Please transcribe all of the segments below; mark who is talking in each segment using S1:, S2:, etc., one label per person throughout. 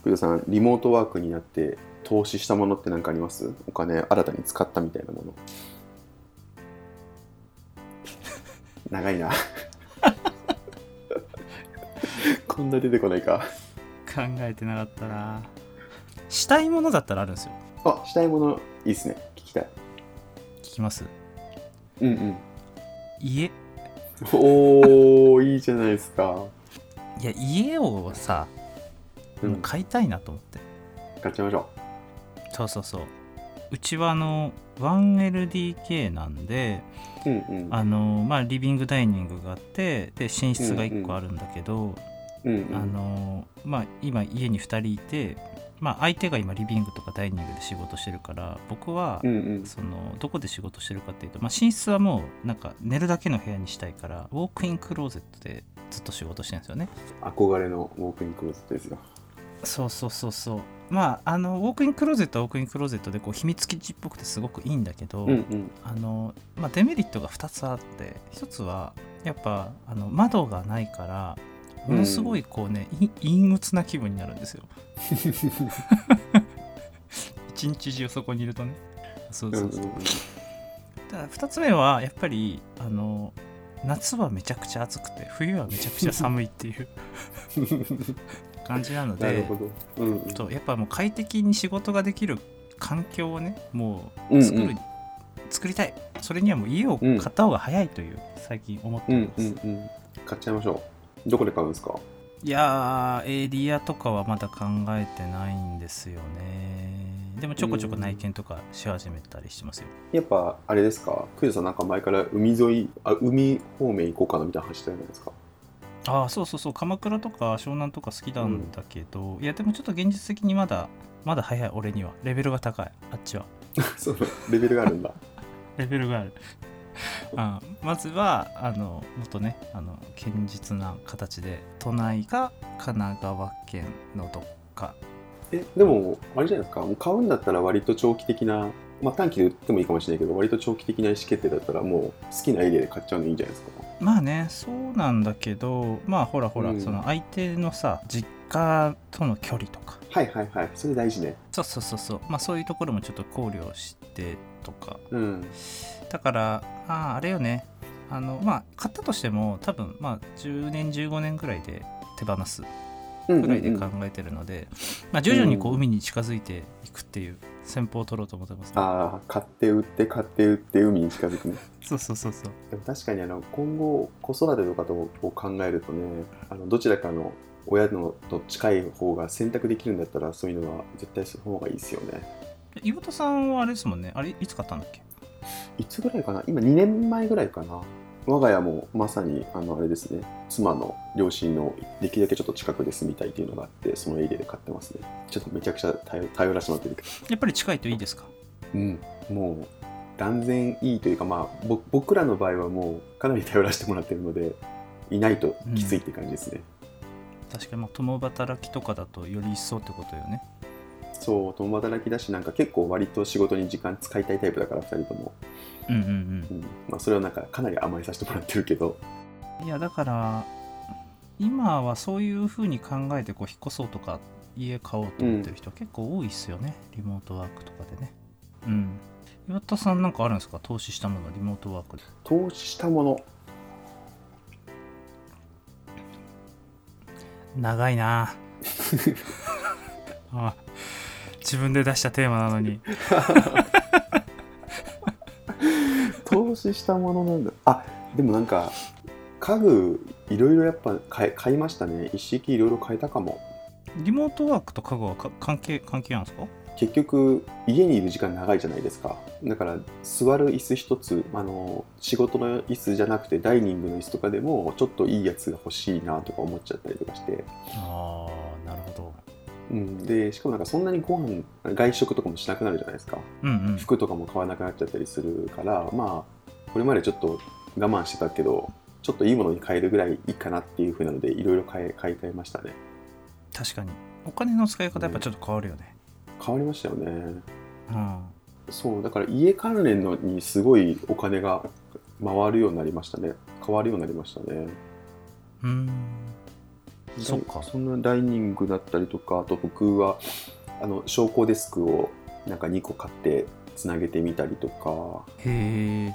S1: 福田さんリモートワークになって投資したものって何かありますお金新たに使ったみたいなもの長 いなこんな出てこないか
S2: 考えてなかったなしたいものだったらあるんですよ
S1: あしたいものいいっすね聞きたい
S2: 聞きます
S1: うんうん
S2: 家
S1: おーいいじゃないですか
S2: いや家をさ
S1: う
S2: もうん買いたいなと思って、
S1: 買っちゃいましょ
S2: そうそうそううちはあの 1LDK なんで
S1: ううんうん
S2: あのまあリビングダイニングがあってで寝室が1個あるんだけど、
S1: うんうん
S2: あのまあ、今家に2人いて、まあ、相手が今リビングとかダイニングで仕事してるから僕は
S1: うんうん
S2: そのどこで仕事してるかっていうと、まあ、寝室はもうなんか寝るだけの部屋にしたいからウォークインクローゼットでずっと仕事してるんですよね
S1: 憧れのウォークインクローゼットですよ
S2: そうそうそうそうまああのウォークインクローゼットはウォークインクローゼットでこう秘密基地っぽくてすごくいいんだけど、
S1: うんうん
S2: あのまあ、デメリットが2つあって1つはやっぱあの窓がないからものすごいこうね、い陰鬱な気分になるんです よ一日中そこにいるとねそう
S1: うん
S2: そううんそううんただ2つ目はやっぱりあの夏はめちゃくちゃ暑くて冬はめちゃくちゃ寒いっていう 感じなの
S1: なる
S2: で
S1: ほどうんうん
S2: そうやっぱもう快適に仕事ができる環境をねも
S1: うんう
S2: うん作る、作りたいそれにはもう家を買った方が早いという、最近思って
S1: う
S2: お
S1: ん
S2: ります、
S1: うんうん買っちゃいましょうどこで買うんですか
S2: いやーエリアとかはまだ考えてないんですよねでもちょこちょこ内見とかし始めたりしてますよ、
S1: やっぱあれですかクイズさんなんか前から海沿いあ海方面行こうかなみたいな話してたじゃないですか
S2: ああそうそうそう鎌倉とか湘南とか好きなんだけど、いやでもちょっと現実的にまだまだ早い俺にはレベルが高いあっちは
S1: そのレベルがあるんだ
S2: レベル があるあまずはあのもっとねあの堅実な形で都内か神奈川県のどっか
S1: えでもあれじゃないですかもう買うんだったら割と長期的なまあ短期で売ってもいいかもしれないけど割と長期的な意思決定だったらもう好きなエリアで買っちゃうのいいんじゃないですか
S2: まあねそうなんだけどまあほらほら、
S1: うん
S2: その相手のさ実家との距離とか
S1: はいはいはいそれ大事ね
S2: そうそうそうそうまあそういうところもちょっと考慮してとか
S1: うん
S2: だからあーあれよねあのまあ買ったとしても多分まあ10年15年ぐらいで手放す
S1: うん
S2: ぐらいで
S1: うんう
S2: 考
S1: ん
S2: えてるので、まあ、徐々にこう
S1: うん
S2: 海に近づいていくっていう戦法を取ろうと思ってます、ね
S1: ああ買って売って買って売って海に近づくね
S2: そうそうそうそう
S1: でも確かにあの今後子育てとかとを考えるとねあのどちらかの親のと近い方が選択できるんだったらそういうのは絶対その方がいいですよね
S2: 岩田さんはあれですもんねあれいつ買ったんだっけ
S1: いつぐらいかな今2年前ぐらいかな我が家もまさにあのあれですね妻の両親のできるだけちょっと近くで住みたいというのがあってそのエリアで買ってますねちょっとめちゃくちゃ頼頼らせてもらってるけど
S2: やっぱり近いといいですか
S1: うんもう断然いいというかまあぼ僕らの場合はもうかなり頼らせてもらってるのでいないときついって感じですね、
S2: 確かにまあ共働きとかだとより一層ってことよね
S1: そう共働きだしなんか結構割と仕事に時間使いたいタイプだから2人とも、
S2: うんうん
S1: うんまあ、それをなんかかなり甘えさせてもらってるけど
S2: うんいやだから今はそういうふうに考えてこう引っ越そうとか家買おうと思ってる人結構多いっすよね、リモートワークとかでねうん岩田さんなんかあるんですか投資したものリモートワークで
S1: 投資したもの
S2: 長い なあ自分で出したテーマなのに
S1: 投資したものなんだあでもなんか家具いろいろやっぱ買い買いましたね一式いろいろ買えたかも
S2: リモートワークと家具はか関係関係なんですか
S1: 結局家にいる時間長いじゃないですかだから座る椅子一つあの仕事の椅子じゃなくてダイニングの椅子とかでもちょっといいやつが欲しいなとか思っちゃったりとかして
S2: ああなるほど
S1: うん、でしかもなんかそんなにご飯外食とかもしなくなるじゃないですか
S2: うんうん
S1: 服とかも買わなくなっちゃったりするからまあこれまでちょっと我慢してたけどちょっといいものに変えるぐらいいいかなっていうふうなのでいろいろ買い買い替えましたね
S2: 確かにお金の使い方やっぱちょっと変わるよね、
S1: 変わりましたよね
S2: うん、
S1: そうだから家関連のにすごいお金が回るようになりましたね変わるようになりましたね
S2: うーんそっか
S1: そんなダイニングだったりとかあと僕はあの昇降デスクをなんか2個買ってつなげてみたりとか
S2: へえ
S1: やっ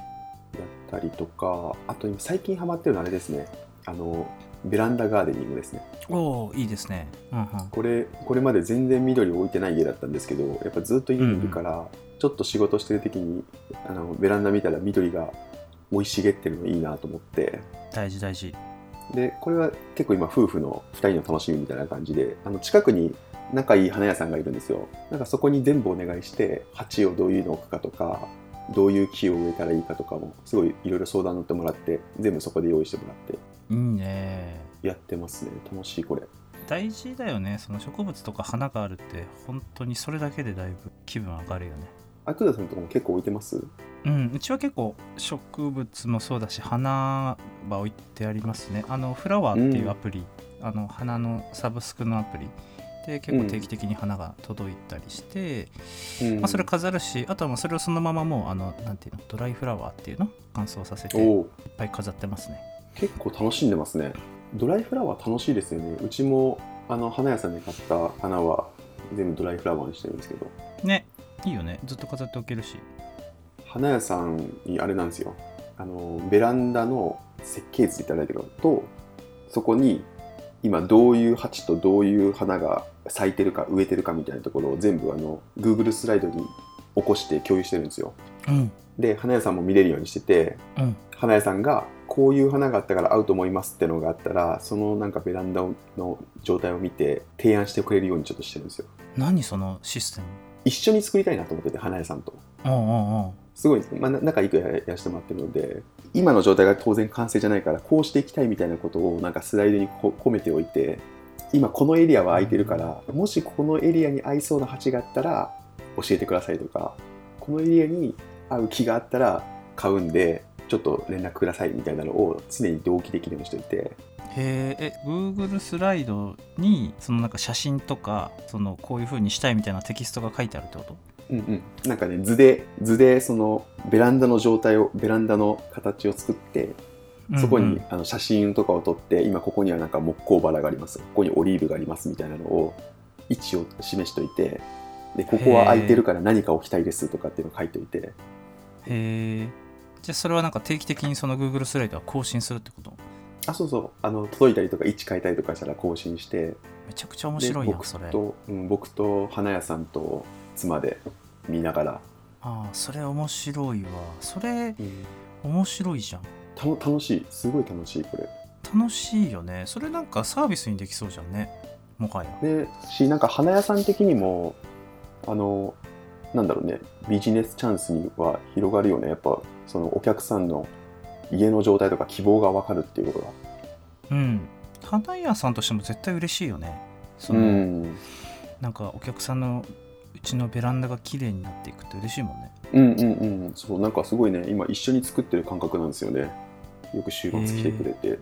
S1: たりとかあと今最近ハマってるのあれですねあのベランダガーデニングですね
S2: おおいいですねうんうん
S1: これこれまで全然緑置いてない家だったんですけどやっぱずっと家にいるから、ちょっと仕事してる時にあのベランダ見たら緑が生い茂ってるのいいなと思って
S2: 大事大事
S1: でこれは結構今夫婦の2人の楽しみみたいな感じであの近くに仲いい花屋さんがいるんですよなんかそこに全部お願いして鉢をどういうのを置くかとかどういう木を植えたらいいかとかもすごいいろいろ相談乗ってもらって全部そこで用意してもらって
S2: いいね
S1: やってますね楽しいこれ
S2: 大事だよねその植物とか花があるって本当にそれだけでだいぶ気分上がるよね
S1: あくださんとかも結構置いてます
S2: うん、うちは結構植物もそうだし花は置いてありますねあのフラワーっていうアプリ、あの花のサブスクのアプリで結構定期的に花が届いたりして、まあ、それ飾るしあとはもうそれをそのままもうあのなんていうのドライフラワーっていうの乾燥させていっ
S1: おー
S2: ぱい飾ってますね
S1: 結構楽しんでますねドライフラワー楽しいですよねうちもあの花屋さんで買った花は全部ドライフラワーにしてるんですけど
S2: ねいいよねずっと飾っておけるし
S1: 花屋さんにあれなんですよあのベランダの設計図いただいてるのとそこに今どういう鉢とどういう花が咲いてるか植えてるかみたいなところを全部あの Google スライドに起こして共有してるんですよ
S2: うん
S1: で花屋さんも見れるようにしてて
S2: うん
S1: 花屋さんがこういう花があったから合うと思いますってのがあったらそのなんかベランダの状態を見て提案してくれるようにちょっとしてるんですよ
S2: 何そのシステム
S1: 一緒に作りたいなと思ってて花屋さんと
S2: うんうんうん
S1: すごいですね、まあ、な仲良くやらせてもらってるので今の状態が当然完成じゃないからこうしていきたいみたいなことをなんかスライドにこ込めておいて今このエリアは空いてるからもしこのエリアに合いそうな鉢があったら教えてくださいとかこのエリアに合う木があったら買うんでちょっと連絡くださいみたいなのを常に同期できるようにしておいて
S2: へええ Google スライドにそのなんか写真とかそのこういう風にしたいみたいなテキストが書いてあるってこと
S1: うんうん、なんかね図で図でそのベランダの状態をベランダの形を作ってそこに、
S2: うんうん
S1: あの写真とかを撮って今ここにはなんか木工バラがありますここにオリーブがありますみたいなのを位置を示しといてでここは空いてるから何か置きたいですとかっていうのを書いておいて
S2: へえじゃあそれはなんか定期的にその Google スライドは更新するってこと
S1: あそうそうあの届いたりとか位置変えたりとかしたら更新して
S2: めちゃくちゃ面白い
S1: で
S2: やん
S1: 僕
S2: それ
S1: と、うん、僕と花屋さんと妻で見ながら、
S2: ああそれ面白いわそれ面白いじゃん
S1: たの楽しいすごい楽しいこれ。
S2: 楽しいよねそれなんかサービスにできそうじゃんねもはや
S1: でしなんか花屋さん的にもあのなんだろうねビジネスチャンスには広がるよねやっぱそのお客さんの家の状態とか希望が分かるっていうことが
S2: うん花屋さんとしても絶対嬉しいよねその、
S1: うん
S2: なんかお客さんのうちのベランダが綺麗になっていくって嬉しいもんね
S1: うんうんうんそうなんかすごいね今一緒に作ってる感覚なんですよねよく週末来てくれて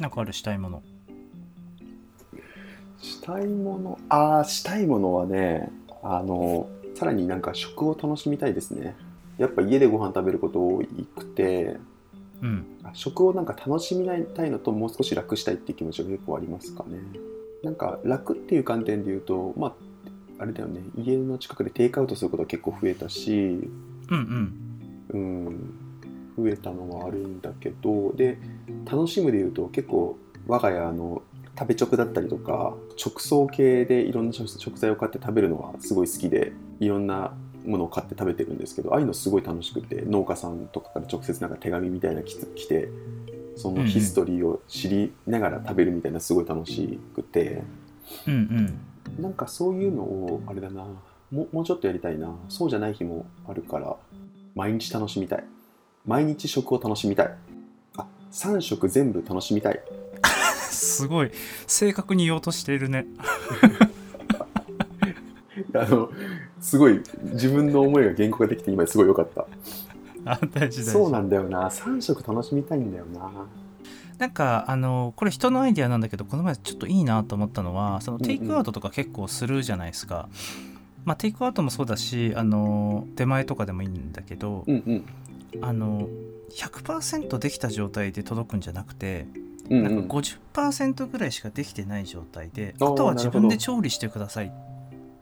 S2: なんかあるしたいもの
S1: したいものああしたいものはねあのさらになんか食を楽しみたいですねやっぱ家でご飯食べること多くて
S2: うん
S1: あ食をなんか楽しみたいのともう少し楽したいっていう気持ちが結構ありますかねなんか楽っていう観点で言うとまああれだよね家の近くでテイクアウトすることが結構増えたし
S2: うんうん
S1: うん増えたのはあるんだけどで楽しむで言うと結構我が家の食べ直だったりとか直送系でいろんな食食材を買って食べるのはすごい好きでいろんなものを買って食べてるんですけどああいうのすごい楽しくて農家さんとかから直接なんか手紙みたいなの来て来てそのヒストリーを知りながら食べるみたいなすごい楽しくて
S2: うんうん
S1: なんかそういうのをあれだなもうもうちょっとやりたいなそうじゃない日もあるから毎日楽しみたい毎日食を楽しみたいあ3食全部楽しみたい
S2: すごい正確に言おうとしているね
S1: あのすごい自分の思いが言語ができて今すごい良かった
S2: あ大事大事
S1: そうなんだよな3食楽しみたいんだよな
S2: なんかあのこれ人のアイデアなんだけどこの前ちょっといいなと思ったのはその
S1: うんうん
S2: テイクアウトとか結構するじゃないですか、まあテイクアウトもそうだしあの出前とかでもいいんだけど、
S1: うんうん
S2: あの100%できた状態で届くんじゃなくて
S1: うん
S2: な
S1: うんん
S2: か50%ぐらいしかできてない状態で、
S1: あー
S2: あとは自
S1: なるほ
S2: 分
S1: ど
S2: で調理してくださいっ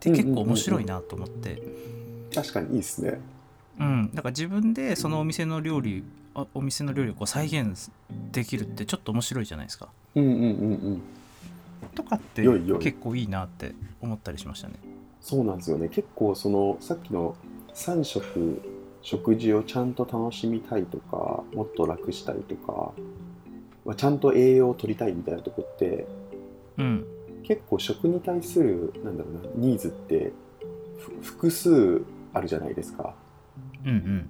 S2: て結構面白いなと思って、うん
S1: 確かにいいですね
S2: なんか自分でそのお店の料理あお店の料理をこう再現できるってちょっと面白いじゃないですか。
S1: うんうんうんうん
S2: とかって
S1: よいよい
S2: 結構いいなって思ったりしましたね。
S1: そうなんですよね結構そのさっきの3食食事をちゃんと楽しみたいとかもっと楽したいとかまあちゃんと栄養を取りたいみたいなとこって
S2: うん、
S1: 結構食に対するなんだろうなニーズってふ複数あるじゃないですか
S2: うん、うん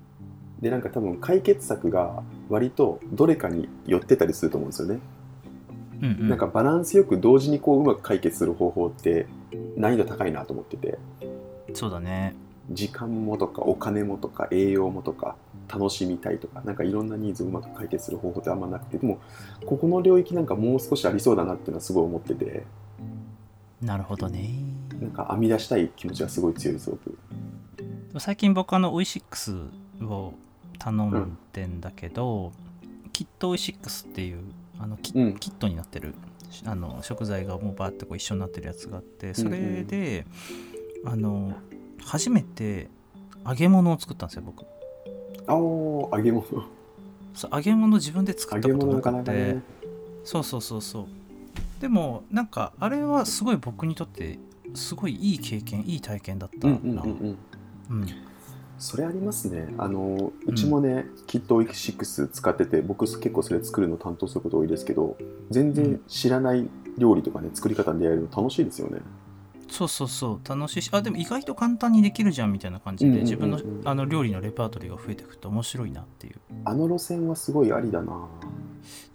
S1: でなんか多分解決策が割とどれかに寄ってたりすると思うんですよね、
S2: うんうん
S1: なんかバランスよく同時にこううまく解決する方法って難易度高いなと思ってて
S2: そうだね
S1: 時間もとかお金もとか栄養もとか楽しみたいとかなんかいろんなニーズをうまく解決する方法ってあんまなくてでもここの領域なんかもう少しありそうだなっていうのはすごい思ってて
S2: なるほどね
S1: なんか編み出したい気持ちがすごい強いです僕
S2: 最近僕あのオイシックスを頼んでんだけど、キットオイシックスっていうあのキ,、
S1: うん
S2: キットになってるあの食材がもうバーってこう一緒になってるやつがあってそれで、あの初めて揚げ物を作ったんですよ僕
S1: あお揚げ物
S2: そう揚げ物自分で作
S1: 揚
S2: った
S1: げ
S2: こと
S1: 物
S2: な
S1: なか
S2: く
S1: なか
S2: て、
S1: ね
S2: そうそうそうそうでもなんかあれはすごい僕にとってすごいいい経験いい体験だった
S1: うん
S2: な、
S1: うんうんうん
S2: うん
S1: それありますねあのうちもね、キットオイシックス使ってて僕結構それ作るの担当すること多いですけど全然知らない料理とかね作り方に出会えるの楽しいですよね
S2: そうそうそう楽しいしあでも意外と簡単にできるじゃんみたいな感じ
S1: うんうんう
S2: で
S1: んうん
S2: 自分のあの料理のレパートリーが増えていくと面白いなっていう
S1: あの路線はすごいありだな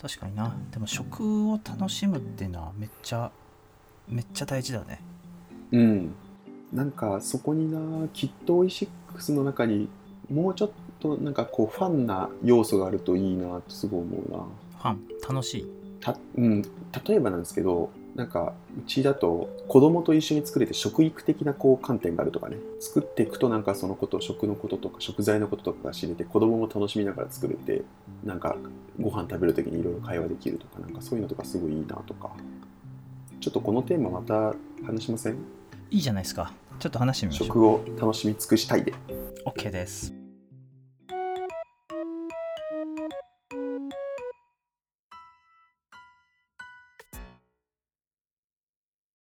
S2: 確かになでも食を楽しむっていうのはめっちゃめっちゃ大事だね
S1: うんなんかそこになキットオイシックスの中にもうちょっとなんかこうファンな要素があるといいなとすごい思うな
S2: ファン楽しい
S1: た、うん、例えばなんですけどなんかうちだと子供と一緒に作れて食育的なこう観点があるとかね作っていくとなんかそのこと食のこととか食材のこととかが知れて子供も楽しみながら作れてなんかご飯食べる時にいろいろ会話できるとかなんかそういうのとかすごいいいなとかちょっとこのテーマまた話しません
S2: いいじゃないですかちょっと話してみましょう
S1: 食を楽しみ尽くしたいで
S2: OK です